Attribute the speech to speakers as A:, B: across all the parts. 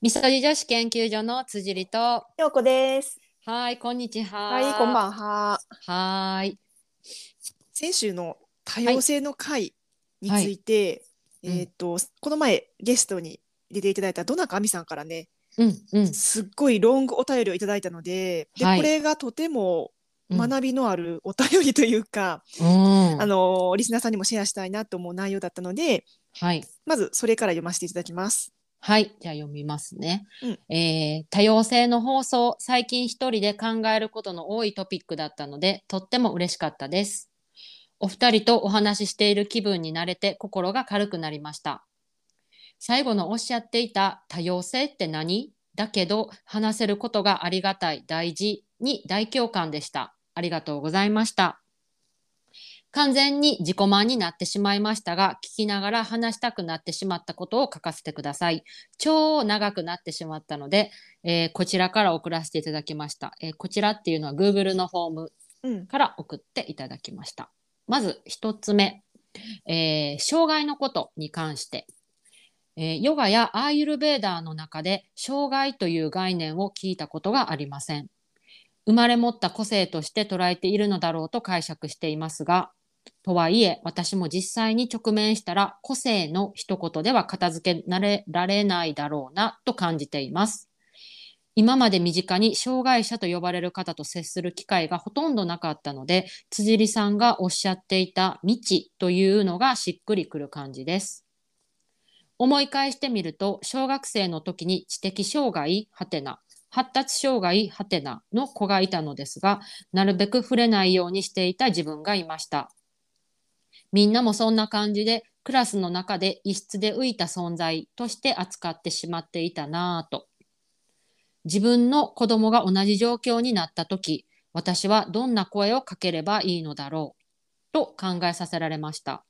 A: みそじ女子研究所の辻里と。
B: ようこです。
A: はい、こんにちは。
C: はい、こんばんは。
A: はーい。
C: 先週の多様性の会について、
A: はい
C: えっ、と、この前ゲストに出ていただいたどなかあみさんからね、
A: うん、うん。
C: すっごいロングお便りをいただいたので、で、
A: はい
C: これがとても
A: うん
C: 学びのあるお便りというか、
A: うん
C: あのリスナーさんにもシェアしたいなと思う内容だったので、
A: はい。
C: まずそれから読ませていただきます。
A: はい。じゃあ読みますね。
C: う
A: えー多様性の放送、最近一人で考えることの多いトピックだったので、とっても嬉しかったです。お二人とお話ししている気分になれて心が軽くなりました。最後のおっしゃっていた多様性って何だけど話せることがありがたい、大事に大共感でした。ありがとうございました。完全に自己満になってしまいましたが、聞きながら話したくなってしまったことを書かせてください。超長くなってしまったので、えーこちらから送らせていただきました。えーこちらっていうのは Google のフォーム
C: うん、
A: から送っていただきました。まず一つ目、えー障害のことに関して、えーヨガやアーユルベーダーの中で障害という概念を聞いたことがありません。生まれ持った個性として捉えているのだろうと解釈していますが、とはいえ私も実際に直面したら個性の一言では片付けられられないだろうなと感じています。今まで身近に障害者と呼ばれる方と接する機会がほとんどなかったので辻里さんがおっしゃっていた「未知」というのがしっくりくる感じです。思い返してみると小学生の時に知的障害はてな発達障害はてなの子がいたのですがなるべく触れないようにしていた自分がいました。みんなもそんな感じでクラスの中で異質で浮いた存在として扱ってしまっていたなぁと。自分の子供が同じ状況になった時私はどんな声をかければいいのだろうと考えさせられました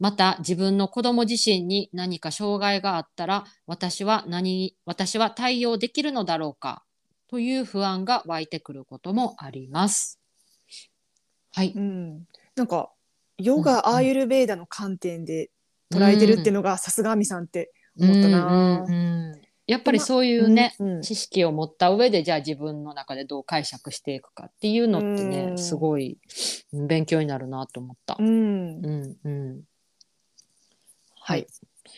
A: また自分の子供自身に何か障害があったら私は何私は対応できるのだろうかという不安が湧いてくることもありますはい、
C: うん、なんかヨ
A: う
C: ガ、
A: んうん
C: アーユルベーダの観点で捉えてるっていうのが、さすがあみさんって思ったな
A: うんうんうんやっぱりそういうね、
C: うん
A: 知識を持った上でじゃあ自分の中でどう解釈していくかっていうのってね、
C: うん
A: すごいうん勉強になるなと思った。
C: うん
A: う、んうん、
C: はい。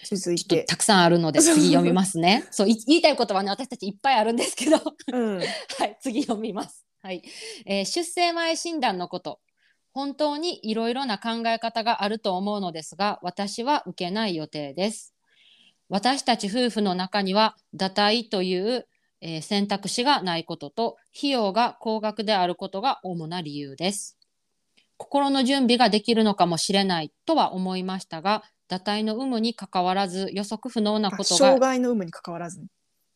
C: 続い
A: ちょっと
C: て、
A: たくさんあるの で次読みますね。そうい言いたいことはね私たちいっぱいあるんですけど、
C: うん、
A: はい次読みます。はい、えー出生前診断のこと。本当にいろいろな考え方があると思うのですが、私は受けない予定です。私たち夫婦の中には、堕胎という、えー選択肢がないことと、費用が高額であることが主な理由です。心の準備ができるのかもしれないとは思いましたが、堕胎の有無に関わらず予測不能な
C: あ
A: ことが
C: 障害の有無に関わらず、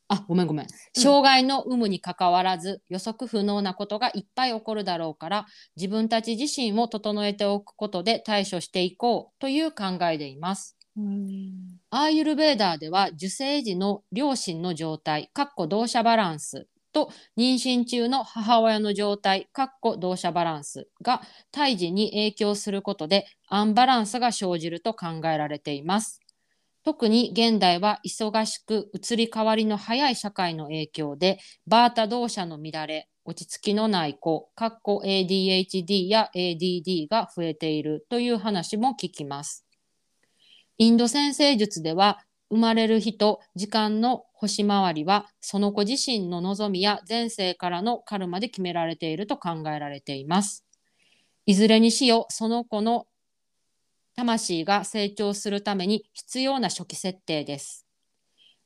A: あ、ごめんごめん。障害の有無に関わらず、予測不能なことがいっぱい起こるだろうから、自分たち自身を整えておくことで対処していこうという考えでいます。
C: うん、
A: アーユルベーダーでは受精時の両親の状態、かっこ同社バランスと妊娠中の母親の状態、かっこ同社バランスが胎児に影響することでアンバランスが生じると考えられています。特に現代は忙しく移り変わりの早い社会の影響でバータ同社の乱れ、落ち着きのない子、かっこ ADHD や ADD が増えているという話も聞きます。インド先生術では生まれる日と時間の星回りはその子自身の望みや前世からのカルマで決められていると考えられています。いずれにしよその子の魂が成長するために必要な初期設定です。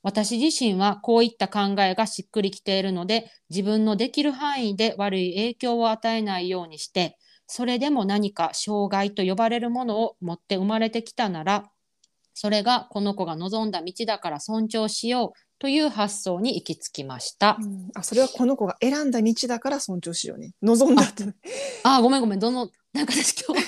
A: 私自身はこういった考えがしっくりきているので自分のできる範囲で悪い影響を与えないようにしてそれでも何か障害と呼ばれるものを持って生まれてきたならそれがこの子が望んだ道だから尊重しようという発想に行き着きました。
C: あ、それはこの子が選んだ道だから尊重しようね。望んだって、
A: あーごめんごめんどのなんか私今日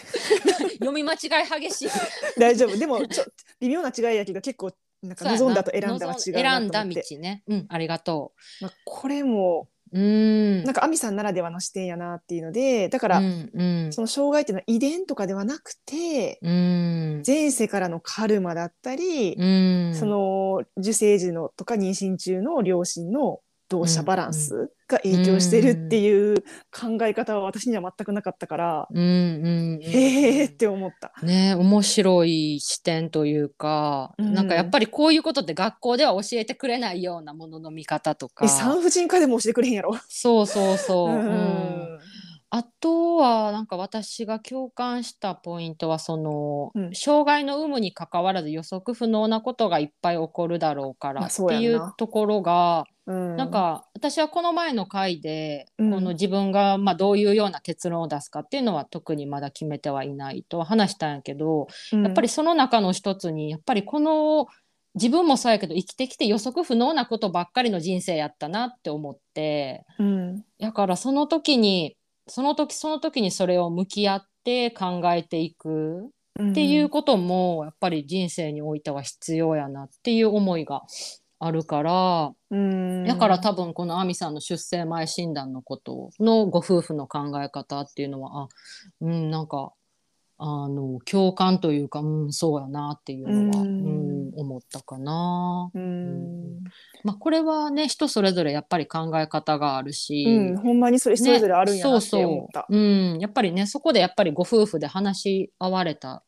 A: 読み間違い激しい。
C: 大丈夫。でも、ちょ微妙な違いやけど、結構、なん
A: そ
C: か
A: うやな
C: 望んだと選んだは違うなと思って。
A: 望ん選んだ道ね。うんありがと
C: まあ、これも、
A: うん。
C: なんか亜美さんならではの視点やなっていうのでだから、
A: うんうん
C: その障害っていうのは遺伝とかではなくて
A: うん
C: 前世からのカルマだったり、
A: うん
C: その受精児のとか妊娠中の両親の同社バランスが影響してるっていう考え方は私には全くなかったから、
A: うんうんうん
C: へえって思った。
A: ね面白い視点というか、
C: うん
A: なんかやっぱりこういうことって学校では教えてくれないようなものの見方とか
C: え産婦人科でも教えてくれへんやろ。
A: そうそうそう、
C: う
A: うん
C: ん
A: あとはなんか私が共感したポイントはその、
C: うん
A: 障害の有無にかかわらず予測不能なことがいっぱい起こるだろうから
C: まあ
A: っ
C: そうや
A: て
C: んな
A: いうところが、
C: うん
A: なんか私はこの前の回で、
C: うん
A: この自分がまあどういうような結論を出すかっていうのは特にまだ決めてはいないとは話したんやけど、やっぱりその中の一つにやっぱりこの自分もそうやけど生きてきて予測不能なことばっかりの人生やったなって思って
C: うん
A: だからその時にその時その時にそれを向き合って考えていくっていうこともやっぱり人生においては必要やなっていう思いがあるから
C: うん
A: だから多分この亜美さんの出生前診断のことのご夫婦の考え方っていうのはあうんなんかあの共感というかうんそうやなっていうのはう
C: うんん
A: 思ったかな。
C: うん、
A: まあこれはね人それぞれやっぱり考え方があるし。
C: うん、ほんまにそれそれぞれあるんやな
A: ね
C: って思った。
A: そうそううん、やっぱりねそこでやっぱりご夫婦で話し合われた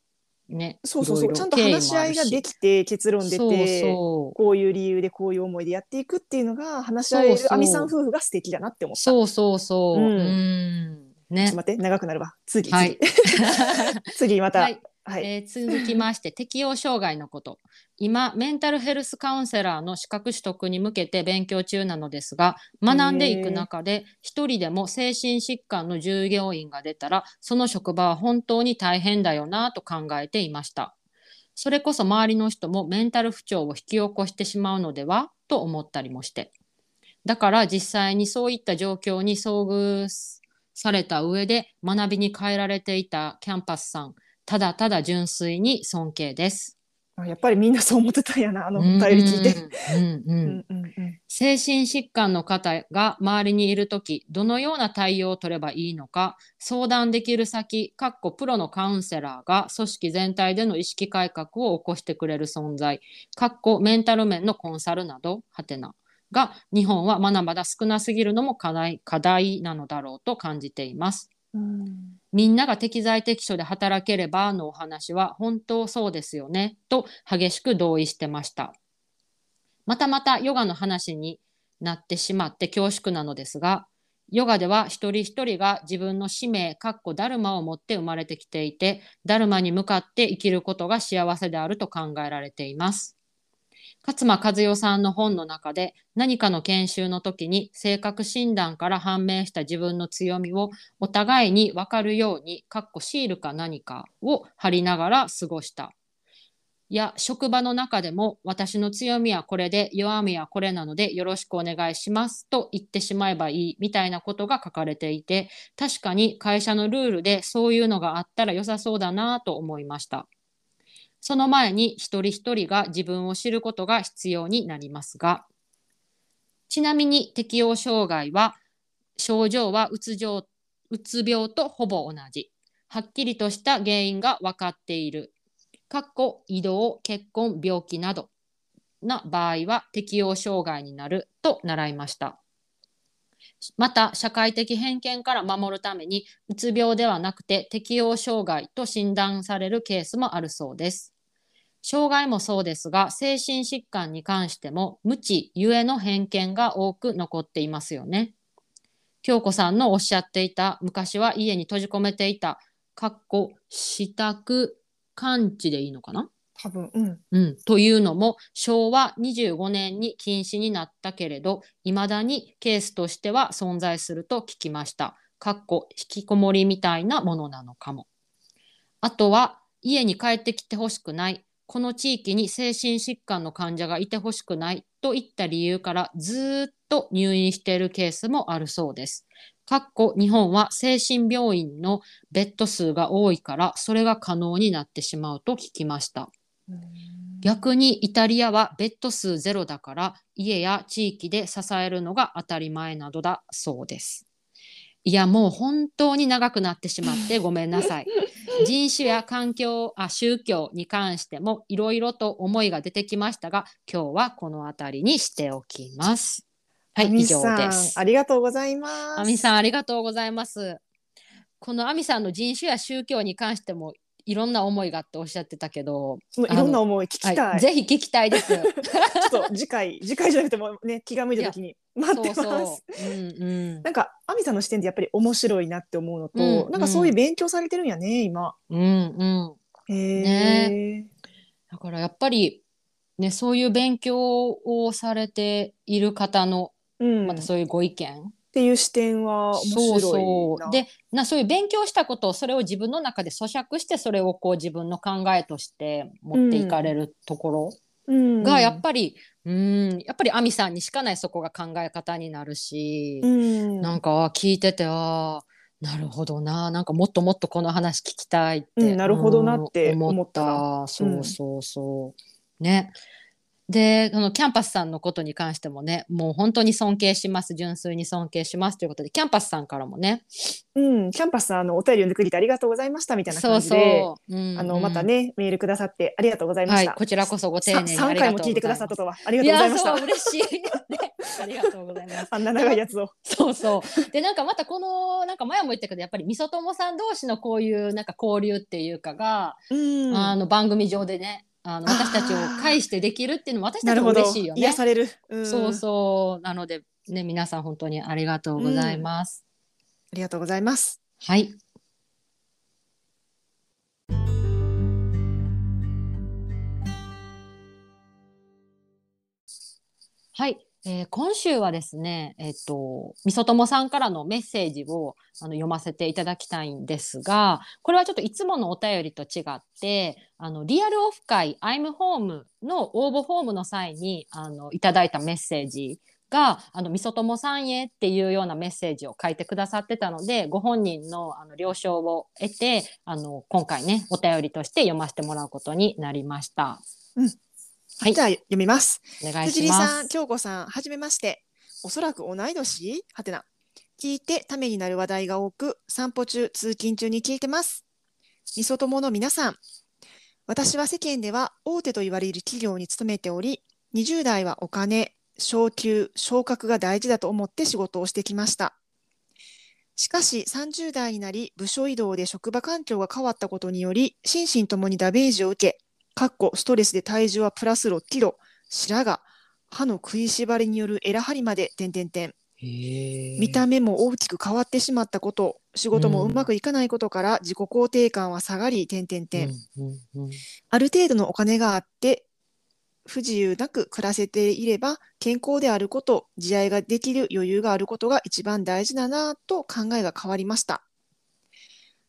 A: ね
C: そうそうそう
A: ろ
C: ちゃ
A: ろ
C: んと話し合いができて結論出て
A: そうそう
C: こういう理由でこういう思いでやっていくっていうのが話し合え
A: そうそ
C: る
A: う
C: 亜美さん夫婦が素敵だなって思った。
A: そうそうそう、
C: うん
A: うんね
C: ちょっと待って長くなるわ次次、
A: はい。
C: 次また
A: は
C: はいい、
A: えー続きまして適応障害のこと今メンタルヘルスカウンセラーの資格取得に向けて勉強中なのですが学んでいく中で一人でも精神疾患の従業員が出たらその職場は本当に大変だよなと考えていましたそれこそ周りの人もメンタル不調を引き起こしてしまうのではと思ったりもしてだから実際にそういった状況に遭遇された上で学びに変えられていたキャンパスさんただただ純粋に尊敬です。
C: やっぱりみんなそう思ってたんやなあのお便り聞いて。
A: うんうんう
C: うん
A: うん
C: んうんうん
A: 精神疾患の方が周りにいる時どのような対応を取ればいいのか相談できる先かっこプロのカウンセラーが組織全体での意識改革を起こしてくれる存在かっこメンタル面のコンサルなどはてなが日本はまだまだ少なすぎるのも課題課題なのだろうと感じています。
C: うん
A: みんなが適材適所で働ければのお話は本当そうですよねと激しく同意してました。またまたヨガの話になってしまって恐縮なのですが、ヨガでは一人一人が自分の使命、かっこダルマを持って生まれてきていて、ダルマに向かって生きることが幸せであると考えられています。勝間和代さんの本の中で何かの研修の時に性格診断から判明した自分の強みをお互いに分かるように、かっこシールか何かを貼りながら過ごした。いや、職場の中でも私の強みはこれで、弱みはこれなのでよろしくお願いしますと言ってしまえばいいみたいなことが書かれていて、確かに会社のルールでそういうのがあったら良さそうだなと思いました。その前に一人一人が自分を知ることが必要になりますが、ちなみに適応障害は症状はうつ状うつ病とほぼ同じ。はっきりとした原因が分かっている。かっこ移動、結婚、病気などな場合は適応障害になると習いました。また社会的偏見から守るためにうつ病ではなくて適応障害と診断されるケースもあるそうです。障害もそうですが精神疾患に関しても無知ゆえの偏見が多く残っていますよね。京子さんのおっしゃっていた昔は家に閉じ込めていたかっこ死宅完治でいいのかな、
C: 多分うん
A: うん、というのも昭和25年に禁止になったけれどいまだにケースとしては存在すると聞きましたかっこ引きこもりみたいなものなのかもあとは家に帰ってきてほしくないこの地域に精神疾患の患者がいてほしくないといった理由からずーっと入院しているケースもあるそうですかっこ日本は精神病院のベッド数が多いからそれが可能になってしまうと聞きました。
C: うん
A: 逆にイタリアはベッド数ゼロだから家や地域で支えるのが当たり前などだそうです。いやもう本当に長くなってしま ってごめんなさい。人種や環境あ宗教に関してもいろいろと思いが出てきましたが今日はこの辺りにしておきます。はい
C: アミ
A: 以上
C: さん
A: です。
C: ありがとうございます。
A: あみさんありがとうございます。このあみさんの人種や宗教に関してもいろんな思いがあっておっしゃってたけど、
C: そのいろんな思い聞きたい。
A: はい、ぜひ聞きたいです。
C: ちょっと次回次回じゃなくてもね気が向いた時に待ってます。
A: そうそう。うんうん。
C: なんか亜美さんの視点でやっぱり面白いなって思うのと、
A: うん
C: なんかそういう勉強されてるんやね今。
A: うんうん。
C: へえ。
A: だからやっぱりねそういう勉強をされている方の
C: うん。
A: また
C: っ
A: そういうご意見、
C: ていう視点は面白
A: そう
C: いな。
A: そうでなそういう勉強したことをそれを自分の中で咀嚼してそれをこう自分の考えとして持っていかれるところ
C: うん、
A: がやっぱりうんやっぱり亜美さんにしかないそこが考え方になるし、
C: うん、
A: なんかあ聞いててあーなるほどななんかもっともっとこの話聞きたいって、
C: うんなるほどなって
A: うん
C: 思った
A: そうそうそう、ねであのキャンパスさんのことに関してもねもう本当に尊敬します純粋に尊敬しますということでキャンパスさんからもね
C: うん、キャンパスさんあのお便り読んでくれてありがとうございましたみたいな
A: そ
C: 感
A: う
C: じで。
A: そう、うんうん
C: あのまたね、メールくださってありがとうございま
A: は
C: し
A: い
C: た。
A: こちらこそご丁寧
C: さ
A: に
C: 三回も聞いてくださった
A: と
C: とはありがとうございまし
A: い
C: た
A: や。そう嬉しい、ね、ありがとうございます
C: あんな長いやつを。
A: そうそう。でなんかまたこのなんか前も言ったけどやっぱりみそともさん同士のこういうなんか交流っていうかが、
C: うん
A: あの番組上でねあの
C: あー
A: 私たちを介してできるっていうのも私
C: な
A: たち
C: る
A: も
C: ほど。
A: 嬉しいよね
C: 癒。される。うん
A: そうそうなのでね皆さん本当にありがとうございます。
C: ありがとうございます。
A: はい。はい、えー今週はですね、えっ、と、みそともさんからのメッセージをあの読ませていただきたいんですが、これはちょっといつものお便りと違って、あの、リアルオフ会 I'm Home の応募フォームの際に、あの、いただいたメッセージが、あの、みそともさんへっていうようなメッセージを書いてくださってたので、ご本人のあの了承を得て、あの、今回ね、お便りとして読ませてもらうことになりました。はい
C: じゃあ読みます。
A: お願い
C: 藤
A: し
C: 井
A: ま
C: さん、
A: す。
C: 京子さん、はじめまして。おそらく同い年はてな。聞いてためになる話題が多く、散歩中、通勤中に聞いてます。みそともの皆さん、私は世間では大手と言われる企業に勤めており、20代はお金、昇給、昇格が大事だと思って仕事をしてきました。しかし30代になり部署移動で職場環境が変わったことにより心身ともにダメージを受け、かっこストレスで体重はプラス6キロ、白髪、歯の食いしばりによるエラ張りまで点々点見
A: 見
C: た目も大きく変わってしまったこと仕事もうまくいかないことから自己肯定感は下がり点々点
A: うんうんうん
C: ある程度のお金があって不自由なく暮らせていれば健康であること自愛ができる余裕があることが一番大事だなぁと考えが変わりました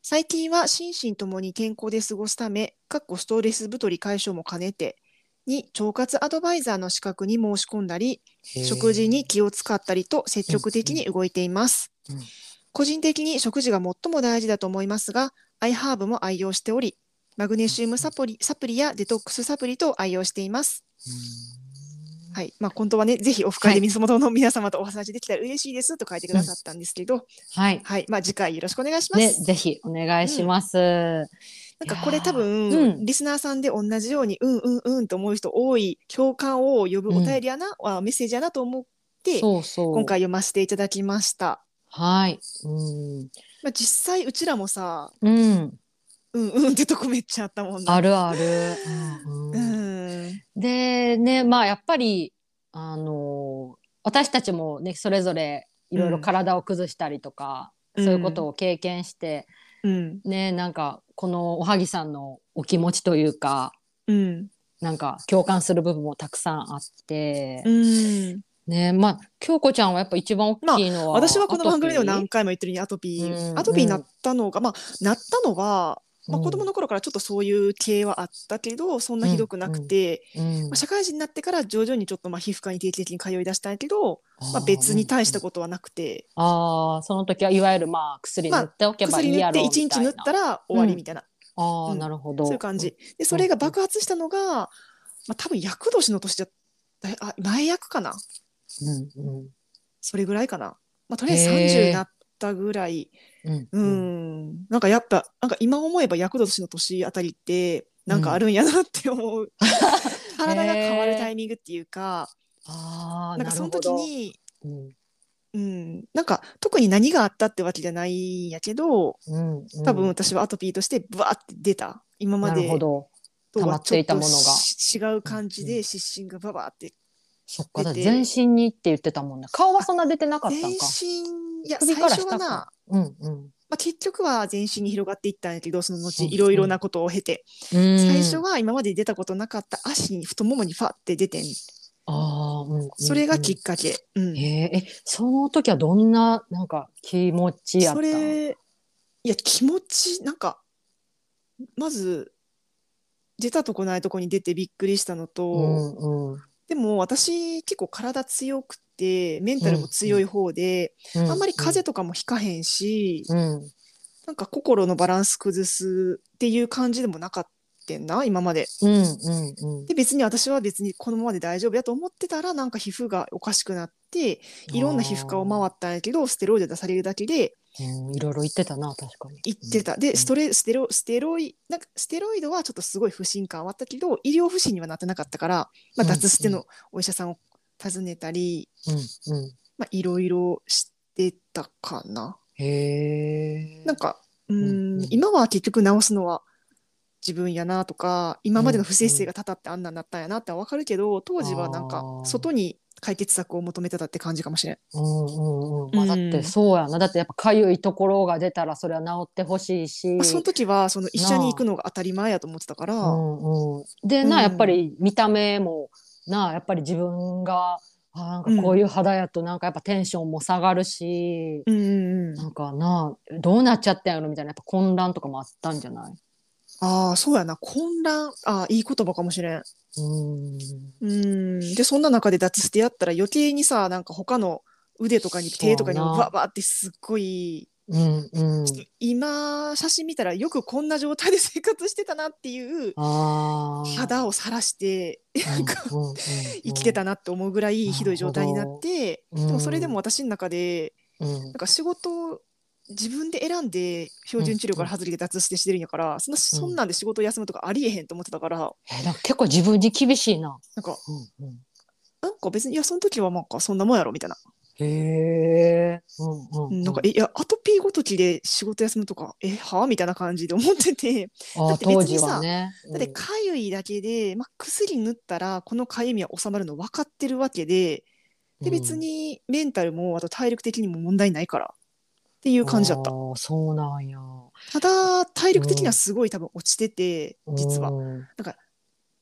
C: 最近は心身ともに健康で過ごすためかっこストレス太り解消も兼ねてに腸活アドバイザーの資格に申し込んだり食事に気を使ったりと積極的に動いています
A: うんうん。
C: 個人的に食事が最も大事だと思いますが、iHerb も愛用しており、マグネシウムサプリサプリやデトックスサプリと愛用しています。はい、まあ本当はね、ぜひオフ会
A: はい
C: で水元の皆様とお話できたら嬉しいですと書いてくださったんですけど、
A: はい。
C: はい、まあ次回よろしくお願いします。
A: ね、ぜひお願いします。
C: なんかこれ多
A: いやー
C: 分、
A: うん
C: リスナーさんで同じようにうんうんうんと思う人多い共感を呼ぶお便りやな、あメッセージやなと思って
A: そうそう。
C: 今回読ませていただきました。
A: はい。うん。
C: まあ、実際うちらもさ
A: うん。
C: うんうんってとこめっちゃあったもんな。
A: あるある。うんう
C: う
A: ん
C: ん
A: でねまあやっぱりあの私たちもねそれぞれいろいろ体を崩したりとか、そういうことを経験して、
C: うん
A: ねなんかこのおはぎさんのお気持ちというか
C: うん
A: なんか共感する部分もたくさんあって、
C: うん
A: ねまあ京子ちゃんはやっぱ一番大きいのは、
C: 私はこの番組でも
A: アト
C: 何回も言ってるようにアトピー、
A: うん
C: アトピーになったのがまあなったのは、
A: ピー
C: まあ、子供の頃からちょっとそういう系はあったけどそんなひどくなくて、
A: うんうん
C: まあ、社会人になってから徐々にちょっとまあ皮膚科に定期的に通い出したんやけど、まあ、
A: ー
C: 別に大したことはなくて、
A: ああその時はいわゆるまあ薬塗っておけばい
C: 薬
A: い
C: 塗
A: やろ
C: って
A: う
C: 1
A: みたいな、
C: 日塗ったら終わりみたいな、
A: ああ、
C: うん
A: なるほど
C: そういう感じ。でそれが爆発したのがまあ、多分厄年の年じゃだいあ前役かな
A: うんうん
C: それぐらいかな、まあ、とりあえず
A: へ
C: 30
A: え
C: になったぐらい
A: うん
C: う
A: うん
C: ん、なんかやっぱなんか今思えば厄年の年あたりってなんかあるんやなって思う、 体が変わるタイミングっていうか、
A: ああ
C: なんかその時、に
A: なるほ
C: うん、なんか特に何があったってわけじゃないんやけど
A: どうんうんうん、
C: 多分私はアトピーとしてブワーって出た今ま
A: なる
C: で
A: ほど
C: と
A: 溜ま
C: は
A: っていたものが
C: ちょっと違う感じ
A: うんう
C: で湿疹がババーって
A: そっかだ
C: 出て
A: 全身にって言ってたもんね顔はそんな出てなかったんか
C: 全身いや
A: 首
C: 最
A: から
C: 初は
A: 下
C: な、
A: かうんうん
C: まあ、結局は全身に広がっていったんやけどその
A: うん
C: 後
A: うん
C: いろいろなことを経て、
A: 最
C: 最初は今まで出たことなかった足に太ももにファって出てん
A: あー、うんうんうん
C: それがきっかけ、うん
A: へええその時はどんななんか気持ちやった
C: それいや気持ちなんかまず出たとこないとこに出てびっくりしたのと、
A: うんうん
C: でも私結構体強くてメンタルも強い方で、あんまり風邪とかもひかへんし、
A: うん
C: なんか心のバランス崩すっていう感じでもなかったんな今まで。
A: うんうんうん
C: で別に私は別にこのままで大丈夫やと思ってたらなんか皮膚がおかしくなっていろんな皮膚科を回ったんやけどステロイド出されるだけで
A: うんいろいろ言ってたな確かに
C: 行ってた、でストレステロステロイなんかステロイドはちょっとすごい不信感はあったけど医療不信にはなってなかったから、まあ、脱ステのお医者さんを訪ねたり、
A: うんうん
C: まあ、いろいろしてたかな。
A: へえ
C: なんかうーん
A: うんうん
C: 今は結局治すのは自分やなとか今までの不摂生がたたってあんなになったんやなってわかるけど当時はなん
A: あ
C: か
A: ー
C: 外に解決策を求めてたって感じかもしれん。
A: うんうんうんまあだっ
C: う
A: て
C: ん
A: そうやなだってやっぱかゆいところが出たらそれは治ってほしいし
C: まあ、その時はその医者に行くのが当たり前やと思ってたから、
A: うんうん、でな
C: うん
A: やっぱり見た目もなやっぱり自分があなんかこういう肌やとなんかやっぱテンションも下がるし、
C: うんうんうん
A: なんかなどうなっちゃったんやろみたいなやっぱ混乱とかもあったんじゃない
C: ああそうやな混乱ああいい言葉かもしれん。
A: うん
C: うんでそんな中で脱してやったら余計にさなんか他の腕とかに手とかに
A: そうや
C: も
A: な
C: ババってすっごい
A: うんうん
C: 今写真見たらよくこんな状態で生活してたなっていう
A: あー
C: 肌をさらしてなんか
A: うんうんうんうん
C: 生きてたなって思うぐらいひどい状態になって、
A: なるほどうん
C: でもそれでも私の中で
A: うん
C: なんか仕事を自分で選んで標準治療から外れて脱してしてるんやから、そんなそんなんで仕事休むとかありえへんと思ってたから
A: えなんか結構自分に厳しいな、
C: なんか
A: うんうん、
C: なんか別にいやその時はなんかそんなもんやろみたいな、
A: へえ、うんう
C: うん
A: ん、
C: なんかえいやアトピーごときで仕事休むとかえはみたいな感じで思ってて
A: あ
C: だ
A: ー
C: って別に
A: 当時はね
C: だってかゆいだけで、まあ、薬塗ったらこのかゆみは治まるの分かってるわけでで別、にメンタルもあと体力的にも問題ないからっていううん感じだった
A: あーそうなんや
C: ただ体力的にはすごい多分落ちてて、実は
A: うん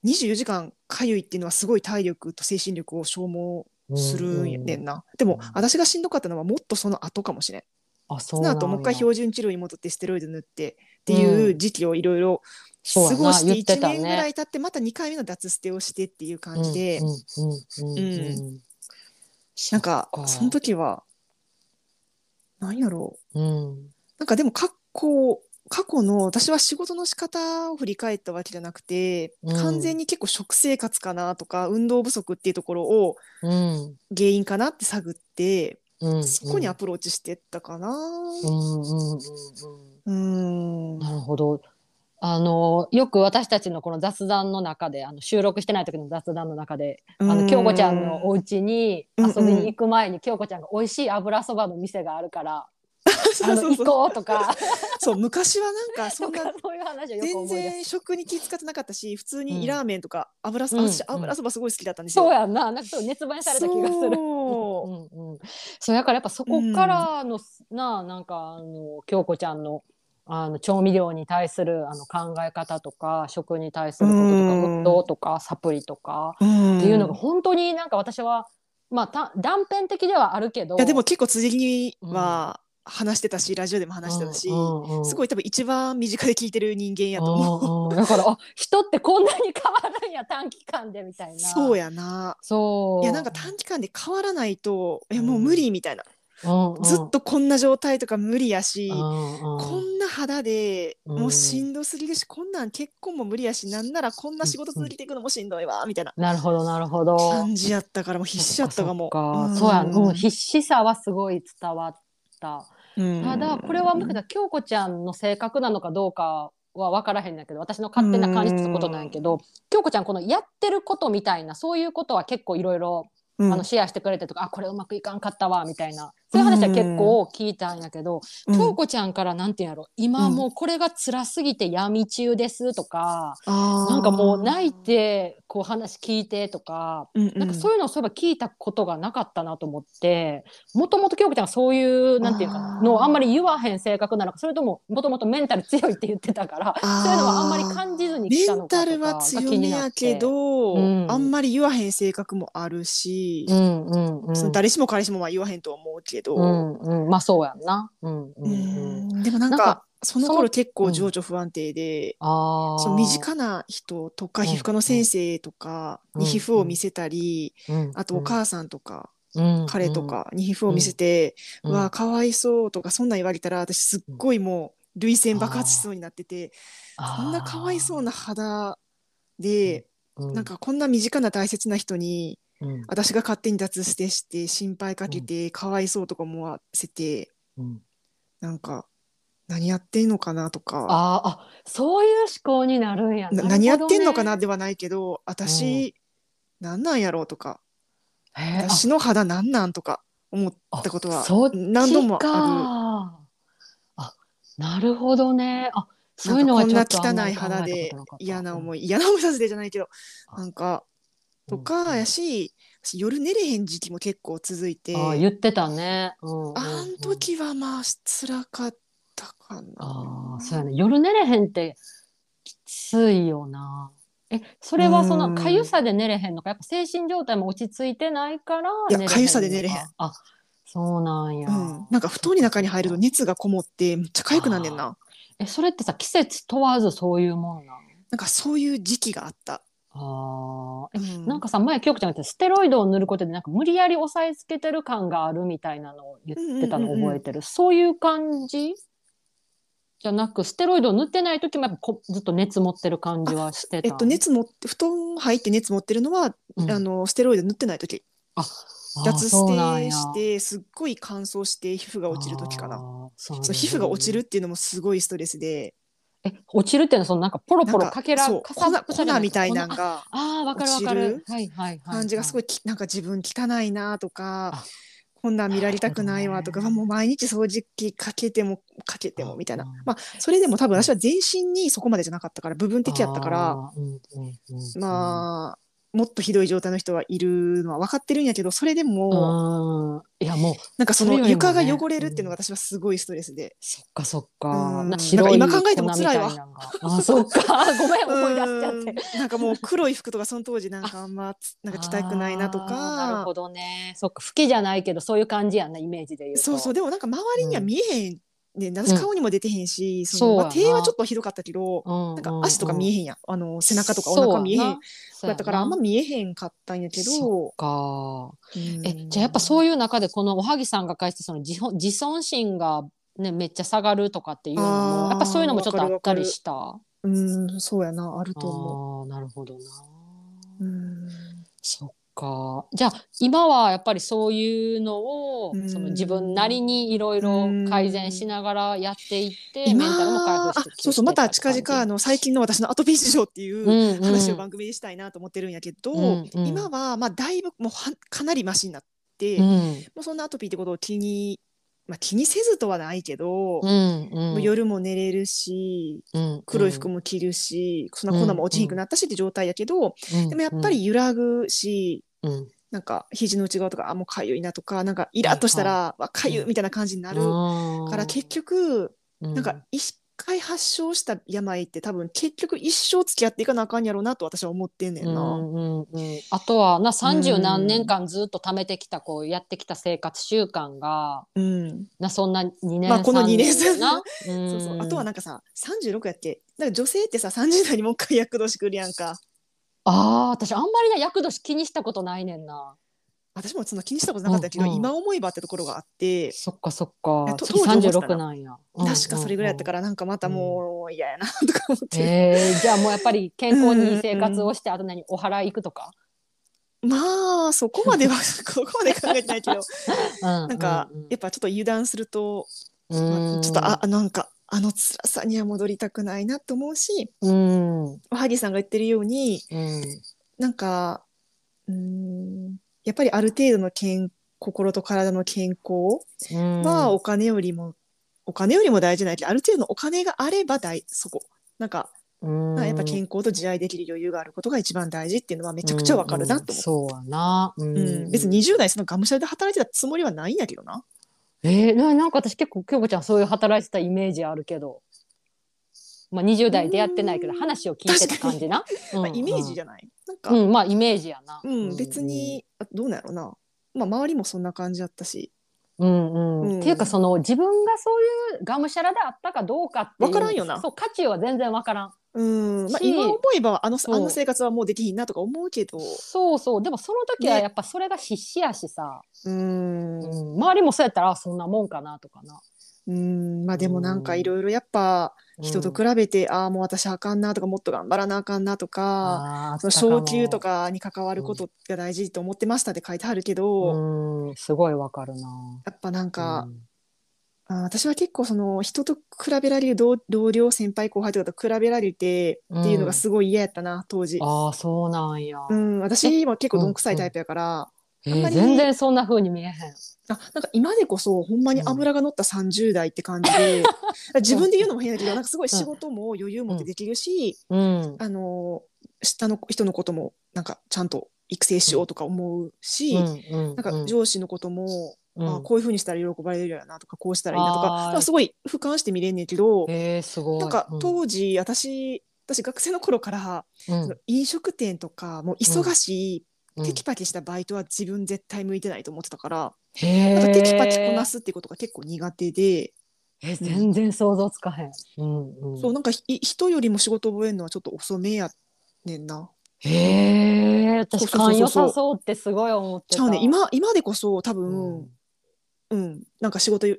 C: 24時間かゆいっていうのはすごい体力と精神力を消耗するんやねんな、でも私がしんどかったのはもっとその後かもしれん
A: あそ
C: そう
A: な
C: の
A: ん
C: 後もう一回
A: 表
C: 標準治療に戻ってステロイド塗ってっていう時期をいろいろ過
A: そうやな
C: ごして
A: 言って
C: 1
A: たね
C: 年ぐらい経ってまた2回目の脱ステをしてっていう感じで、
A: うんうんうんうんうん、
C: なんか
A: そっ
C: その時はなんやろう
A: うん
C: なんかでも過去過去の私は仕事の仕方を振り返ったわけじゃなくて、
A: うん
C: 完全に結構食生活かなとか運動不足っていうところを
A: うん
C: 原因かなって探って、
A: うん、
C: そこに
A: う
C: ア
A: ん
C: プローチしてったかな。
A: うんうんうんうん
C: うん、
A: なるほど。あのよく私たちのこの雑談の中であの収録してない時の雑談の中であの京子ちゃん のお家に
C: うん
A: 遊びに行く前に京子ちゃんが美味しい油そばの店があるから
C: そ
A: あ
C: う
A: の
C: そ
A: 行
C: うそう
A: こうとか
C: そう昔はなんかそ
A: と
C: んな
A: かそういう話をよく
C: 全
A: 思い出す。
C: 然食に気使ってなかったし普通
A: うん
C: にラーメンとか油そ
A: うん
C: 私
A: うん
C: 油そばすごい好きだったんですよ。
A: そうやんななんかそう熱売された気がする。
C: そう
A: うんうん、そうやからやっぱそこからの、なあなんかあの京子ちゃんのあの調味料に対するあの考え方とか食に対することとか
C: うん
A: 運動とかサプリとか
C: うん
A: っていうのが本当になんか私は、まあ、た断片的ではあるけど
C: いやでも結構辻には話してたし、ラジオでも話してたし、
A: うんうんうん
C: すごい多分一番身近で聞いてる人間やと思う。
A: うんうんだからあ人ってこんなに変わるんや短期間でみたいな
C: そう
A: や
C: やな。
A: そう
C: いやなんか短期間で変わらないとえ
A: うん
C: もう無理みたいな、ずっとこんな状態とか無理やし、こ
A: こ
C: んな肌で
A: うん
C: もうしんどすぎるし、こんなん結婚も無理やしなんならこんな仕事続けていくのもしんどいわみたいな
A: なるほどなるほど。
C: 感じやったからもう必死やったかも。
A: そっかそうや
C: ん
A: うん必死さはすごい伝わった。
C: うん
A: ただこれはもしかしたら京子ちゃんの性格なのかどうかは分からへんだけど私の勝手な感じってことなんやけど京子ちゃんこのやってることみたいなそういうことは結構いろいろ
C: うん
A: あのシェアしてくれてとか、あこれうまくいかんかったわみたいなそういう話は結構聞いたんやけど、
C: うん
A: 京子ちゃんからなんていうんやろ今
C: うん
A: もうこれが辛すぎて闇中ですとか、
C: あー
A: なんかもう泣いてこう話聞いてとか。
C: うん
A: なんかそう
C: い
A: いうのをそういえば聞いたことがなかったなと思ってもともと京子ちゃんがそういうなんていうか
C: あ
A: な
C: ー
A: のをあんまり言わへん性格なのかそれとももともとメンタル強いって言ってたから
C: う
A: そういうのはあんまり感じずに来
C: メ
A: たの
C: ン
A: か
C: タ
A: と
C: ル
A: か
C: は
A: が
C: 強
A: 気
C: め
A: にな
C: や
A: っ
C: け
A: て。
C: ど、
A: うん
C: あんまり言わへん性格もあるし、
A: うんうんうん
C: その誰しも彼氏もまあ言わへんとは思うけど、
A: うんうん、まあそうやんな。うんうんうん。
C: うんでもなんか
A: なんか
C: その
A: そ
C: 頃
A: の
C: 結構情緒不安定で、
A: ああ。
C: その身近な人とか
A: うん
C: 皮膚科の先生とか
A: うん
C: に皮膚を見せたり、
A: うん
C: あとお、母さんとか、
A: うん
C: 彼と。かに皮膚を見せて、
A: うん
C: わあかわいそうとかそんなん言われたら私すっごいもう涙腺爆発しそうになってて、こんなかわいそうな肌で、
A: う
C: なん、かこんな身近な大切な人に
A: うん
C: 私が勝手に脱捨てして心配かけてかわいそうとか思わせて
A: うん
C: なんか何やってんのかなと
A: あー
C: か。
A: あ、そういう思考になるんや。な
C: な
A: るほどね
C: 何やってんのかな。ではないけど私、なん、なんやろうとか
A: へーあ
C: 私の肌なんなんとか思ったことは
A: あそっちか
C: 何度もあ
A: あ、なるほどね。あ、
C: る
A: そういうのはちょ
C: な
A: っ
C: んか
A: と
C: こ
A: あ
C: ん
A: ん
C: な
A: ま
C: 汚い
A: り考えた
C: 肌で
A: ことかった
C: 嫌な思い嫌な思いさせてじゃないけどなんか
A: うん
C: とかやし私夜寝れへん時期も結構続いて
A: あー言ってたね。うんうんうん
C: あん時はまあ辛かったか
A: あ
C: な
A: あ、。そうやね。夜寝れへんってきついよな。え、それはその
C: うん
A: かゆさで寝れへんのか、やっぱ精神状態も落ち着いてないから
C: い
A: 寝れ
C: や
A: へんの
C: かゆさで寝れへん
A: あ、そうなんや。
C: うん、なんか布団に中に入ると熱がこもってめっちゃ痒くなんねんな
A: え、それってさ、季節問わずそういうもんな
C: なんかそういう時期があった、
A: の。ああ、え
C: うん
A: なんかさ、前、京子ちゃんが言ってたステロイドを塗ることで、なんか無理やり押さえつけてる感があるみたいなのを言ってたの
C: うんうんうんうん
A: 覚えてる。そういう感じじゃなく、ステロイドを塗ってない時もやっぱこずっと熱持ってる感じはしてた。
C: えっと、熱持って布団入って熱持ってるのは、
A: うん
C: あのステロイド塗ってない時脱
A: あー
C: ス
A: そうなん
C: テ
A: や
C: してすっごい乾燥して皮膚が落ちる時
A: あ
C: かな
A: ーそう
C: そう皮膚が落ちるっていうのもすごいストレスで
A: え落ちるっていうのはそのなんかポロ
C: な
A: ポ
C: ん
A: ロ
C: か
A: かけら
C: そう
A: か
C: 粉
A: さくさじゃ
C: 粉みたいなの
A: 粉あ
C: が
A: あーわかるわか
C: 落
A: る
C: ち
A: はいはいはい
C: 感じがすご
A: い
C: いきなんか自分汚いなとか
A: あ
C: こんなん見られたくないわとか、
A: なるほどね
C: わもう毎日掃除機かけてもかけてもみたいな
A: うん
C: まあそれでも多分私は全身にそこまでじゃなかったから部分的やったから
A: あーうんうんうん
C: まあもっとひどい状態の人はいるのは分かってるんやけどそれでも、
A: うんいやもう
C: なんかそ
A: それよ
C: の
A: りもね
C: 床が汚れるっていうのが私はすごいストレスで。
A: そっかそっか
C: うん
A: な白い
C: なんか今考えても辛いわ
A: 粉みたなのがあーそっかごめん 思い出しちゃっ
C: うん
A: て
C: なんかもう黒い服とかその当時なんかあんまつなんか着たくないなと
A: あーなる
C: か
A: ほ。どねそっか好きじゃないけどそういう感じやんなイメージで言うと
C: そうそうでもなんか周りには見えへんねん、
A: う
C: 私
A: ん
C: 顔にも出てへんし、そ
A: そうや
C: の
A: な
C: まあ、手はちょっとひどかったけど、
A: うん
C: なんか足とか見えへんやんあの背中とかお
A: そうや
C: 腹
A: な
C: 見えへ
A: そ
C: ん
A: う
C: だ
A: や
C: っ
A: な
C: たからあんま見えへんかったんやけ
A: そ
C: ど
A: っ、かえ
C: うん
A: じゃあやっぱそういう中でこのおはぎさんが返してその自本自尊心が、ね、めっちゃ下がるとかっていうの
C: あー
A: もやっぱそういうのもちょっとあったりしたあ
C: うんそうやなある
A: あ
C: と思
A: ーなるほどな、
C: う。うん
A: そっかじゃあ今はやっぱりそういうのを、
C: うん
A: その自分なりにいろいろ改善しながらやっていって、メンタルも回
C: 今あ
A: 復してきて
C: そうそうまた近
A: って
C: 々あ
A: 感じ
C: の最近の私のアトピー事情っていう、
A: うんうん
C: 話を番組でしたいなと思ってるんやけど、
A: うんうん
C: 今はまあだいぶもうはかなりマシになって、
A: う
C: も
A: ん
C: うそんなアトピーってことを気に、まあ、気にせずとはないけど、
A: うんうん
C: もう夜も寝れるし
A: うん
C: 黒い服
A: も、
C: も着るし、そんな粉も落ちにくなったしって状態やけど、
A: うん
C: でもやっぱ、り揺らぐし。
A: うんうん
C: なんか肘の内側とかあもうかゆいなとかなんかイラッとしたらわかゆいみたいな感じになるから結、局
A: う
C: なんか一回発症した病って多分結局一生付き合っていかなあかんやろうなと私は思ってんねんな。
A: うんうんうん、あとはな
C: うん
A: 30何年間ずっと貯めてきたこうやってきた生活習慣が
C: うん、
A: なそんな2年
C: まあこの
A: 3
C: 2
A: な、ん
C: そうそうあとはなんかさ36やってなんか女性ってさ30代にもう一回厄年来るやんか
A: あー私あんまりな厄年気にしたことないねんな
C: 私もそんな気にしたことなかったけど、
A: うんうん
C: 今思えばってところがあって、
A: そっかそっか。
C: と
A: 次
C: 当時思ってた
A: 36
C: ら
A: なんや。
C: 確かそれぐらいやった
A: か
C: から、なんかまたもう嫌やな とか思って、
A: えー、じゃあもうやっぱり健康にいい生活をして、あと何お払い行くとか。
C: まあ、そこまでは、 そこまで考えてない けど、
A: な
C: なんか、やっぱちょっと油断すると、
A: ち
C: まあちょっと、あ、なんか、あの辛さには戻りたくないなと思うし、
A: うん、うん、
C: おはぎさんが言ってるように、
A: うん、
C: なんか、うーん、やっぱりある程度の健心と体の健康はお金よりも、お金よりも大事ないけど、ある程度のお金があれば大、そこ。なんか、
A: うん、
C: やっぱ健康と自愛できる余裕があることが一番大事っていうのはめちゃくちゃわかるなと
A: うん
C: 思う。
A: うんそうやな。う
C: うん別に20代そのがむしゃらで働いてたつもりはないんやけどな。
A: えー、ななんか私結構京子ちゃんそういう働いてたイメージあるけど、まあ、20代出会ってないけど
C: うん
A: 話を聞いてた感じな、うん
C: まあ、イメージじ
A: ゃ
C: ゃないなんか、
A: うんまあイメージやな、
C: うん、別に、あどうなんやろな。まあ、周りもそんな感じだったし、
A: うんうん、
C: うん
A: っていうかその自分がそういうがむしゃらであったかどうかっていう
C: わからんよな
A: そう価値は全然わからん
C: うん、まあ、
A: し
C: 今思えば、あの、
A: そう
C: あの生活はもうできひんなとか思うけど、
A: そうそうでもその時は
C: ね
A: やっぱそれが必死やしさ、
C: うん
A: う、ん、周りもそうやったらあそんなもんかなとかな
C: うん、まあ、でもなん
A: う
C: か
A: ん
C: いろいろやっぱ、人
A: う
C: と
A: ん
C: 比べて、ああ、もう私あかんなとか、もっと頑張らなあかんなとか、
A: あー
C: その昇給とかに関わることが大事と思ってましたって書いてあるけど、
A: うんすごいわかるな
C: やっぱなんか
A: う、ん
C: あー私は結構その人と比べられる同同僚先輩後輩とかと比べられてっていうのがすごい嫌やったな、当時。
A: ああそうなんや、
C: うん、私も結構どんくさいタイプやから、
A: え
C: あんま
A: ー、
C: り
A: 全然そんな風に見えへん。
C: あなんか今でこそほんまに脂が乗った30代って感じ で、自分で言うのも変だけどなんかすごい仕事も余裕持ってできるし、
A: うん。
C: あの下の人のこともなんかちゃんと育成しようとか思うし、
A: な
C: なんか上司のことも、あこういうふうにしたら喜ばれるやなとかこうしたらいいなとか
A: あー
C: なんかすごい俯瞰して見れんねんけど、
A: えー、すごい。
C: なんか
A: う
C: 当時私私学生の頃から、
A: うん
C: その飲食店とかもう忙しい、
A: うん
C: テキパキしたバイトは自分絶対向いてないと思ってたから、
A: へ
C: なん
A: ー
C: かテキパキこなすっていうことが結構苦手で、
A: えー全然想像つかへん。うんうん、
C: そうなんかひ人よりも仕事覚えるのはちょっと遅めやねんな。
A: へえ私
C: そうそう
A: 勘
C: そう
A: 良
C: そう
A: さそうってすごい思って
C: ち
A: た。
C: ゃうね今今でこそ多
A: う
C: 分、
A: ん
C: うんなんか仕事よ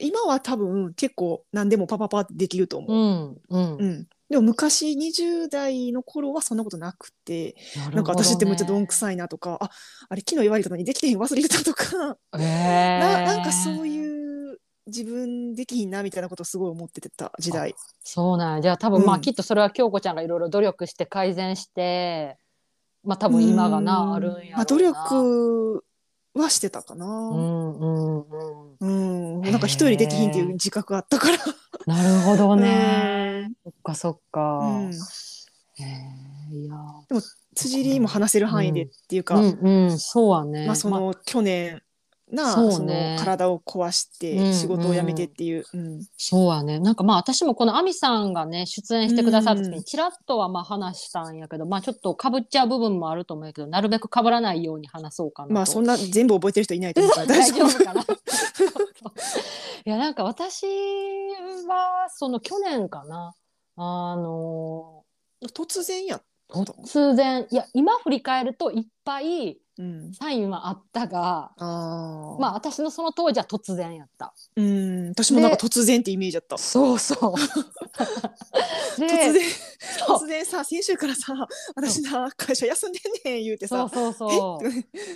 C: 今は多分結構何でもパパパってできると
A: う
C: 思う。
A: んうん
C: うんでも昔20代の頃はそんなことなくてなんか私ってめっちゃどんく
A: い。
C: さいなとかああれ昨日言われたのにできてへん忘れてたとか、
A: えー、
C: ななんかそう
A: う。
C: いう自分できひんなみたいなことをすごい思ってた時代。
A: そうなんやじゃあ多分、ま
C: う
A: あ
C: ん
A: きっとそれは京子ちゃんがいろいろ努力して改善してまあ多分今が
C: うん
A: なあるんやろうな。
C: まあ、努力はしてたか
A: う
C: な。
A: んうんうん。
C: うん、なんか一人できひんっていう自覚あったから。
A: なるほどね。
C: ね、
A: そっかそっか。
C: う
A: へ
C: ん、
A: えいやー。
C: 辻りも話せる範囲でっていうか、
A: うんうん、そうはね。
C: まあその去年な
A: そ
C: そう
A: ね
C: の体を壊し
A: うん
C: て仕事を辞めてっていう、うん
A: そうはね。なんかまあ私もこのアミさんがね、出演してくださった時
C: うん
A: に、ちらっとはまあ話したんやけど、まあちょっとかぶっちゃう部分もあると思うけど、なるべくかぶらないように話そうかなと。
C: まあそんな全部覚えてる人いないと思うから 大
A: 大
C: 丈
A: 丈
C: 夫
A: 夫かな。 いやなんか私はその去年かなあの
C: 突然やったと、
A: 突然いや今振り返るといっぱい
C: うん、
A: サインはあったが
C: ああ
A: まあ私のその当時は突然やった。
C: うん私もなんか突然ってイメージだった
A: そうそう。突
C: 突然
A: そう
C: 突然さ先週からさ私な会社休んでんねん言うて
A: そ
C: さ
A: うそう そう。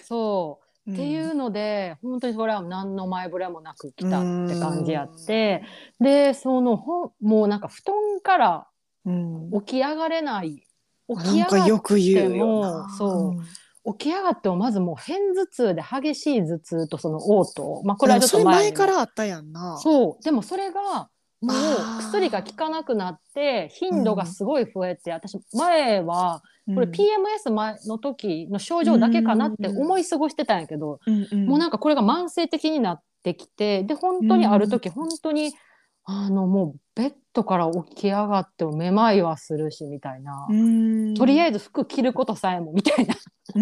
A: そう。
C: っ
A: っていうので、本当にそれは何の前触れもなく来たって感じや
C: う
A: っ
C: ん
A: て、で、そのほん、もうなんか布団から
C: うん
A: 起き上がれない。起き
C: な
A: 上
C: んか
A: が
C: よ
A: っ
C: く言
A: 起
C: うよ
A: きても
C: な。
A: そう起き上がってもまずもう片頭痛で激しい頭痛とその嘔吐。まあこ
C: こ
A: れは
C: れ
A: ちょっと
C: それ
A: 前
C: 前
A: に
C: からあったやんな。
A: そう。でもそれが、もう
C: あー
A: 薬が効かなくなって、頻度がすごい増えて、私、前は、
C: うん
A: これ PMS 前の時の症状だけかなって思い過ごしてたんやけど、
C: うんうん
A: もうなんかこれが慢性的になってきてで本当にある時本当に、あのもうベッドから起き上がってもめまいはするしみたいな、
C: うん
A: とりあ
C: え
A: えず服着ることさえもみたいな、
C: ずっ
A: って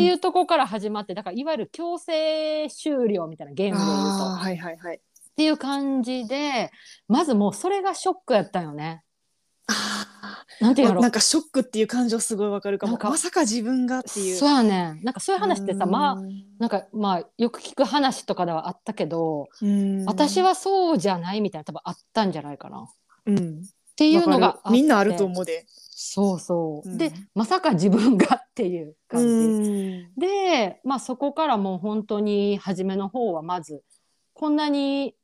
A: いううとこから始まってだからいわゆる強制終了みたいなゲームで言うと
C: あ
A: っ
C: ーはいはいはい。
A: ていう感じでまずもうそれがショックやったよね。
C: あ
A: なんていうん
C: ま
A: やろ
C: なんかショックっていう感情すごいわかるか
A: な
C: も
A: んか
C: まさか自分がっていう
A: そうやねんなんかそういう話ってさ、まあ
C: あ
A: なんかまあよく聞く話とかではあったけど、私
C: は、
A: はそうじゃないみたいな多分あったんじゃないかなっ
C: うん、
A: ていうの
C: わ
A: が
C: かるみんなあると
A: う
C: 思うで
A: そうそう、
C: うん
A: でまさか自分が っていう感じ、
C: うん
A: で、まあ、そこからもう本当に初めの方はまずこんなに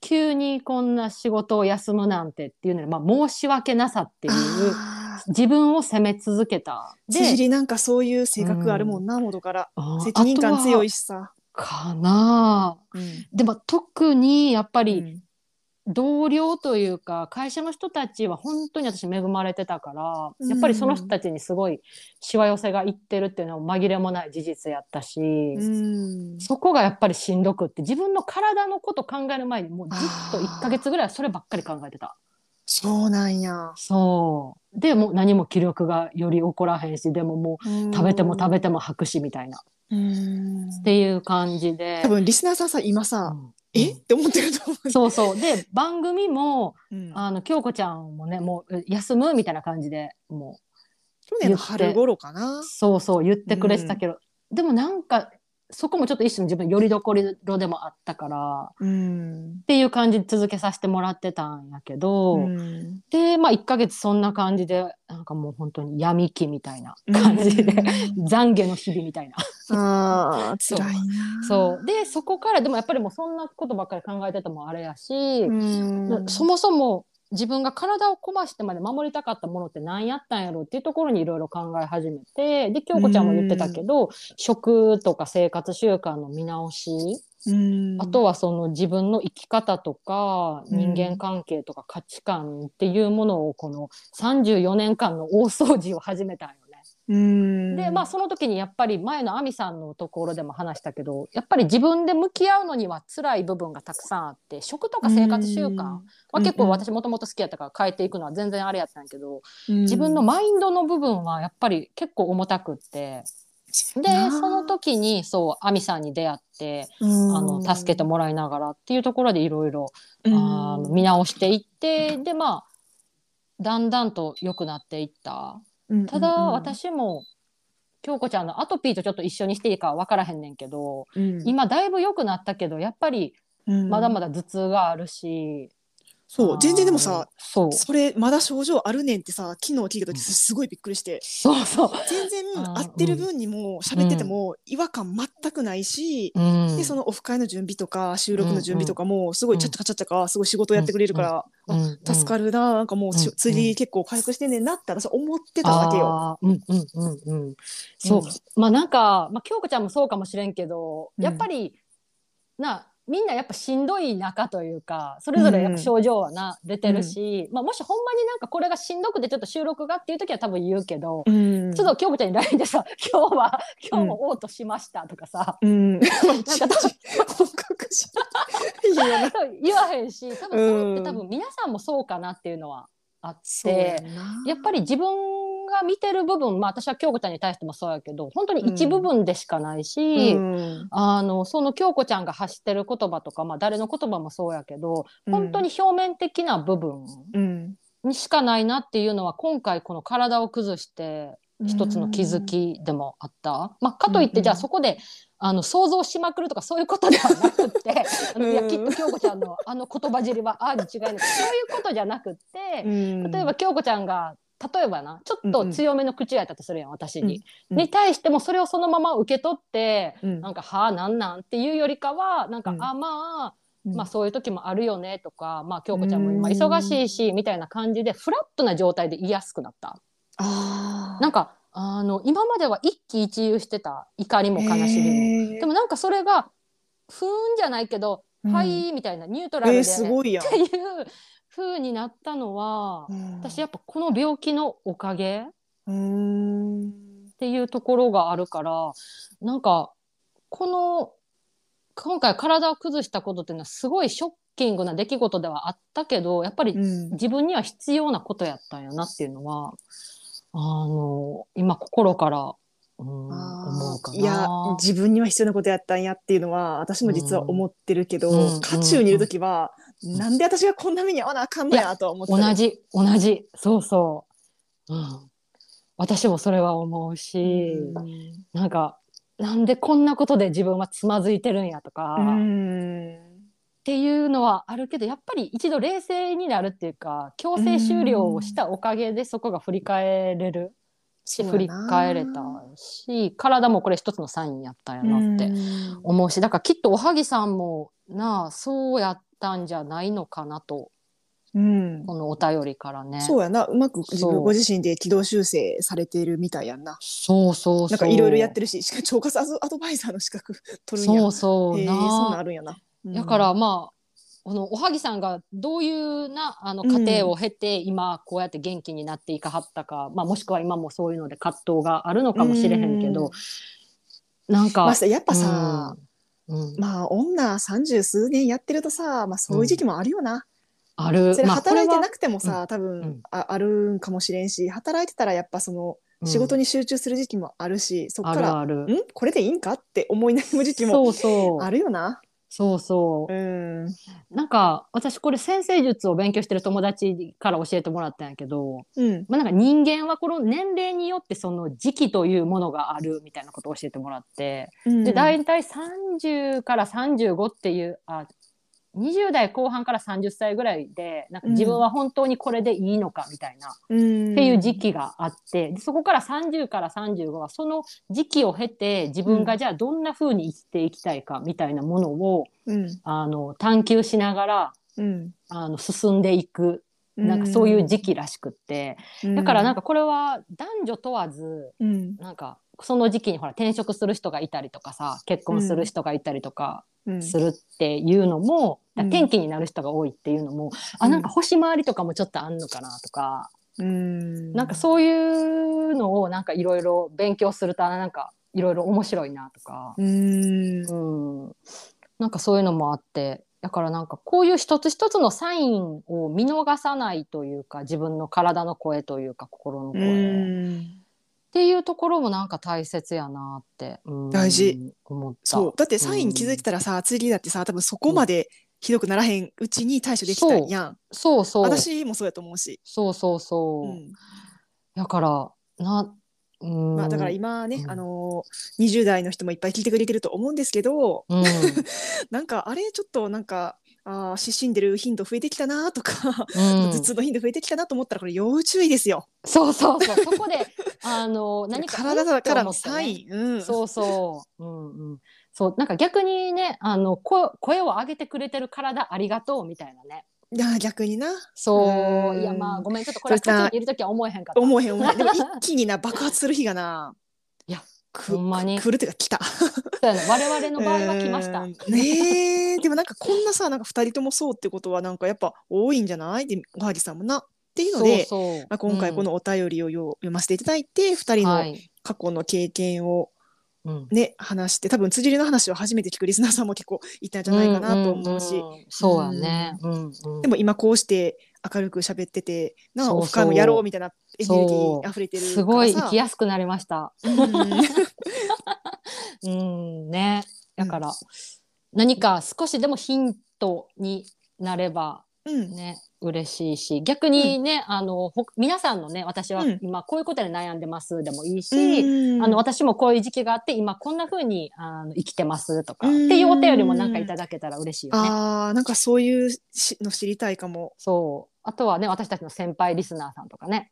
A: 急にこんな仕事を休むなんてっていうのに、まあ、申し訳なさっていう
C: あー
A: 自分を責め続けた。
C: 辻りなんかそういう性格あるもんな、元から
A: あー
C: 責任感強い
A: あ
C: しさ、
A: とはかな
C: うん
A: でも特にやっぱ
C: う
A: り
C: ん
A: 同僚というか会社の人たちは本当に私恵まれてたから、やっぱりその人たちにすごいしわ寄せがいってるっていうのは紛れもない事実やったし、
C: うん
A: そこがやっぱりしんどくって自分の体のこと考える前にもうずっと
C: あー
A: 1ヶ月ぐらいはそればっかり考えてた
C: そうなんや、
A: そうでもう何も気力がより起こらへんしでもも
C: うん
A: う食べても食べても白紙みたいな、
C: うん
A: っていう感じで
C: 多分リスナーさんさ今
A: う
C: さ、
A: ん
C: えって思ってると思う、
A: そうそうで番組も
C: うん
A: あの京子ちゃんもねもうえ休むみたいな感じでも
C: 去年の春頃かな
A: うそうそう言ってくれてたけど、でもなんかそこもちょっと一種の自分よりどころでもあったから
C: うん
A: っていう感じで続けさせてもらってたんやけど、
C: うん
A: で、まあ、1ヶ月そんな感じでなんかもう本当に闇期みたいな感じで、懺悔の日々みたいな。
C: ああ
A: そう
C: 辛いな
A: そうでそこからでもやっぱりもうそんなことばっかり考えてたもあれやし、
C: うん
A: そもそも自分が体を壊してまで守りたかったものって何やったんやろうっていうところにいろいろ考え始めてで京子ちゃんも言ってたけど、食とか生活習慣の見直し
C: うん
A: あとはその自分の生き方とか人間関係とか価値観っていうものをこの34年間の大掃除を始めたんよね。
C: うん
A: でまあその時にやっぱり前の亜美さんのところでも話したけどやっぱり自分で向き合うのには辛い部分がたくさんあって食とか生活習慣は結構私もともと好きやったから変えていくのは全然あれやったんやけど
C: うん
A: 自分のマインドの部分はやっぱり結構重たくってで
C: なあ
A: その時にそう亜美さんに出会って。
C: うん
A: あの助けてもらいながらっていうところでいろいろあ
C: うん
A: の見直していってでまあだんだんと良くなっていった
C: うん
A: ただ
C: うん
A: 私も京子ちゃんのアトピーとちょっと一緒にしていいか分からへんねんけど
C: うん
A: 今だいぶ良くなったけどやっぱり
C: うん
A: まだまだ頭痛があるし、
C: そう全然でもさ
A: そう
C: それまだ症状あるねんってさ昨日聞いた時すすごいびっくりして
A: そうそう、
C: 全然
A: あー
C: 合ってる分にも喋ってても違和感全くないし、
A: うん、
C: でそのオフ会の準備とか収録の準備とかもすごいちゃっちゃかちゃっちゃかすごい仕事やってくれるから、
A: うん
C: あ助かるななんかもうし
A: うん
C: 次結構回復してんねんなって私は思ってただけよ。
A: あーうんうんうんうん。そう、
C: うん
A: まあなんか、まあ、京子ちゃんもそうかもしれんけど、
C: うん
A: やっぱりなみんなやっぱしんどい中というかそれぞれやっぱ症状はな、出てるし、まあ、もしほんまになんかこれがしんどくてちょっと収録がっていう時は多分言うけど、
C: うん
A: ちょっと京子ちゃんに LINE で さ「今日は今日も嘔吐しました」とかさ、
C: うん、 なん
A: か
C: か報告しいやな
A: 多分 言わへんし多分それって多分皆さんもそうかなっていうのはあって。
C: そうやんな
A: やっぱり自分が見てる部分、まあ、私は京子ちゃんに対してもそうやけど本当に一部分でしかないし、
C: うん
A: あのその京子ちゃんが発してる言葉とか、まあ、誰の言葉もそうやけど本当に表面的な部分
C: うん
A: にしかないなっていうのは今回この体を崩して一つの気づきでもあった。まあ、かといっ
C: うんう
A: て
C: ん
A: じゃあそこであの想像しまくるとかそういうことではなくってあ のいや
C: うん
A: きっと京子ちゃんのあの言葉尻はああに違いないそういうことじゃなくって。
C: うん
A: 例えば京子ちゃんが例えばなちょっと強めの口やったとするやん私に、
C: うんうん
A: に対してもそれをそのまま受け取って、
C: うん
A: なんか「はあなんなん?」っていうよりかはなんか「
C: うん
A: あまあ、
C: うん
A: まあそういう時もあるよね」とか「まあ京子ちゃんも今忙しいし」みたいな感じでフラットな状態で言いやすくなった。
C: あ
A: なんかあの今までは一喜一憂してた怒りも悲しみも。
C: み
A: でもなんかそれが不運じゃないけど「は
C: え
A: い」みたいなニュートラルで、
C: ーすごいやん
A: っていう風になったのは、私やっぱこの病気のおかげっ
C: うん
A: ていうところがあるからなんかこの今回体を崩したことっていうのはすごいショッキングな出来事ではあったけどやっぱり
C: うん
A: 自分には必要なことやったんやなっていうのは、あの今心から、うん、
C: あー
A: 思うかな。
C: いや自分には必要なことやったんやっていうのは私も実は思ってるけど、
A: うん
C: 渦中にいる時は、
A: ん
C: なんで私がこんな目に遭わなあかんのやとは思ってた
A: 同じ同じそうそううん、私もそれは思うし、
C: うん
A: なんかなんでこんなことで自分はつまずいてるんやとか、
C: うん
A: っていうのはあるけどやっぱり一度冷静になるっていうか強制終了をしたおかげでそこが振り返れるし
C: そうやな
A: 振り返れたし体もこれ一つのサインやったんやなって
C: うん
A: 思うしだからきっとおはぎさんもなあそうやったんじゃないのかなと
C: うん
A: このお便りからね。
C: そうやなうまく自
A: そ
C: 分
A: う
C: ご自身で軌道修正されているみたいやんな
A: そうそうそ
C: な
A: うん
C: かいろいろやってるししかも腸活アドアドバイザーの資格 取るんや
A: そうそう
C: へえ
A: な
C: そんなん
A: あ
C: あるんやな、うん
A: だからまあこのおはぎさんがどういうなあの過程を経て今こうやって元気になっていかはったか、まあ、もしくは今もそういうので葛藤があるのかもしれへんけど、なんか、
C: まあさやっぱさ、
A: うんうん
C: まあ女三十数年やってるとさ、まあ、そういう時期もあるよな、
A: ある
C: それ
A: まあこれ
C: 働いて
A: は
C: なくてもさ、多分、
A: うん
C: ああるんかもしれんし働いてたらやっぱその仕事
A: に
C: に集中する時期もあるし、そっ
A: あ
C: か
A: る
C: ら
A: ある
C: んこれでいいんかって思い悩む時期も
A: そうそう
C: あるよな。
A: そうそうう、
C: ん、
A: なんか私これ先生術を勉強してる友達から教えてもらったんやけど、
C: うん、
A: まあ、なんか人間はこの年齢によってその時期というものがあるみたいなことを教えてもらって、
C: うん
A: で大体30から35っていうあ20代後半から30歳ぐらいでなんか自分は本当にこれでいいのかみたいな、
C: うん
A: っていう時期があってでそこから30から35はその時期を経て自分がじゃあどんな風に生きていきたいかみたいなものを
C: うん
A: あの探求しながら
C: うん、
A: あの進んでいくなんかそういう時期らしくって。
C: 期
A: だからなん
C: か、
A: かこれは男女問わず
C: うん
A: なんかその時期にほら転職する人がいたりとかさ結婚する人がいたりとか
C: うん、
A: するっていうのも、
C: うん
A: 天気になる人が多いっていうのも、あなんか星回りとかもちょっとあんのかなとか、
C: うん、
A: なんかそういうのをなんかいろいろ勉強するとなんかいろいろ面白いなとか、
C: うん、
A: うん、なんかそういうのもあって。だからなんかこういう一つ一つのサインを見逃さないというか自分の体の声というか心の声、
C: うん、
A: っていうところもなんか大切やなって、うん
C: 大事
A: 思った
C: そうだってサイン気づいてたらさ、次だってさ多分そこまでひどくならへんうちに対処できたんやん
A: そうそう
C: 私もそうやと思うし、
A: そうそうそうう、
C: ん
A: だからなうん
C: まあ、だから今ね、
A: うん
C: あのー20代の人もいっぱい聞いてくれてると思うんですけど
A: うん、
C: なんかあれちょっとなんかあー死んでる頻度増えてきたなとか、
A: うん
C: 頭痛の頻度増えてきたなと思ったらこれ要注意ですよ。
A: そうそうそうそこであ の何か
C: 体だからの
A: うんって
C: サ
A: 思ってね
C: イン、うん、
A: そうそう、うんうん、そうなんか逆にねあの声声を上げてくれてる体ありがとうみたいなね
C: いや逆にな
A: そううんいやまあごめんちょっとこれは
C: それさ
A: こっちにいる時は思えへんかった
C: 思えへん思えへんでも一気にな爆発する日がな
A: いや
C: く
A: ほんまに
C: く来るっていうか来た。
A: そうやね我々の場合は来ました
C: うーんねえでもなんかこんなさなんか2人ともそうってことはなんかやっぱ多いんじゃないでおはぎさんもな。っていうので
A: そうそう
C: まあ、今回こ
A: うん
C: のお便りをよ読ませていただいて、2人
A: は
C: の
A: い
C: 過去の経験を
A: うん
C: ね話して多分辻りの話を初めて聞くリスナーさんも結構いたんじゃないかなと思うし、
A: んんんそうやね。うんうん
C: でも今こうして明るく喋っててなあ
A: そうそう
C: オフ会もやろうみたいなエネルギ
A: そう
C: ー溢れてる
A: すごい
C: から
A: 生
C: さ
A: きやすくなりました。
C: うん
A: うんね。だから、何か少しでもヒントになれば
C: う ん
A: ね嬉しいし逆にね、あのほ皆さんのね私は
C: うん
A: 今こういうことで悩んでますでもいいし、
C: うん
A: あの私もこういう時期があって今こんな風にあの生きてますとか、
C: うん
A: っていうお便りもなんかいただけたら嬉しいよね。
C: あーなんかそういうしの知りたいかも
A: そうあとはね私たちの先輩リスナーさんとかね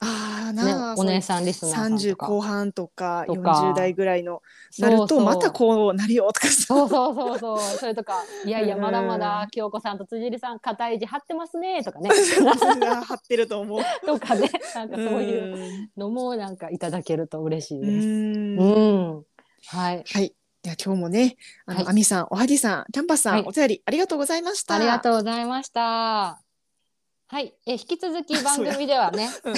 C: あー
A: ね
C: なあ、
A: お姉さんリスナーさん
C: 30
A: とか。
C: 後半とか
A: とか
C: 40代ぐらいの
A: そう
C: な
A: そう
C: るとまたこうなるよとかさ
A: そうそうそうそう、それとか、いやいや、
C: うん
A: まだまだ京子さんと辻里さん、肩いじ張ってますねと かね。
C: 張ってると 思う。
A: とかね、なんかそういう
C: う
A: のも、なんかいただけると嬉しいです。
C: ん。
A: う
C: うん
A: ん、はい、
C: はい。では今日もね、あ
A: はい
C: の、あみさん、おはぎさん、キャンパスさ
A: はい
C: ん、お便りありがとうございました。
A: ありがとうございました。はい、え、引き続き番組ではね
C: そう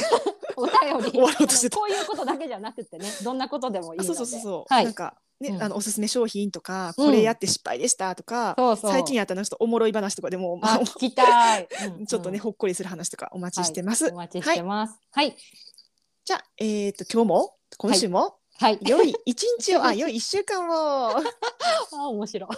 C: や、
A: お便り、
C: 終わろうとしてた
A: あのこういうことだけじゃなくてね、どんなことでもいい
C: あ
A: ので。
C: そうそうそうそう。
A: はい
C: なんかね、
A: うん
C: あのおすすめ商品とか、
A: うん
C: これやって失敗でしたとか、
A: そうそう
C: 最近やったのちょっとおもろい話とかでも、ま
A: あ、
C: あ、
A: 聞きたい。うん
C: ちょっとね、、ほっこりする話とかお待ちしてます。
A: うんお待ちしてます。はい、
C: じゃあ、えっ、と今日も今週も、
A: はい、
C: 良い一日をあ良い一週間を。
A: あ、面白い。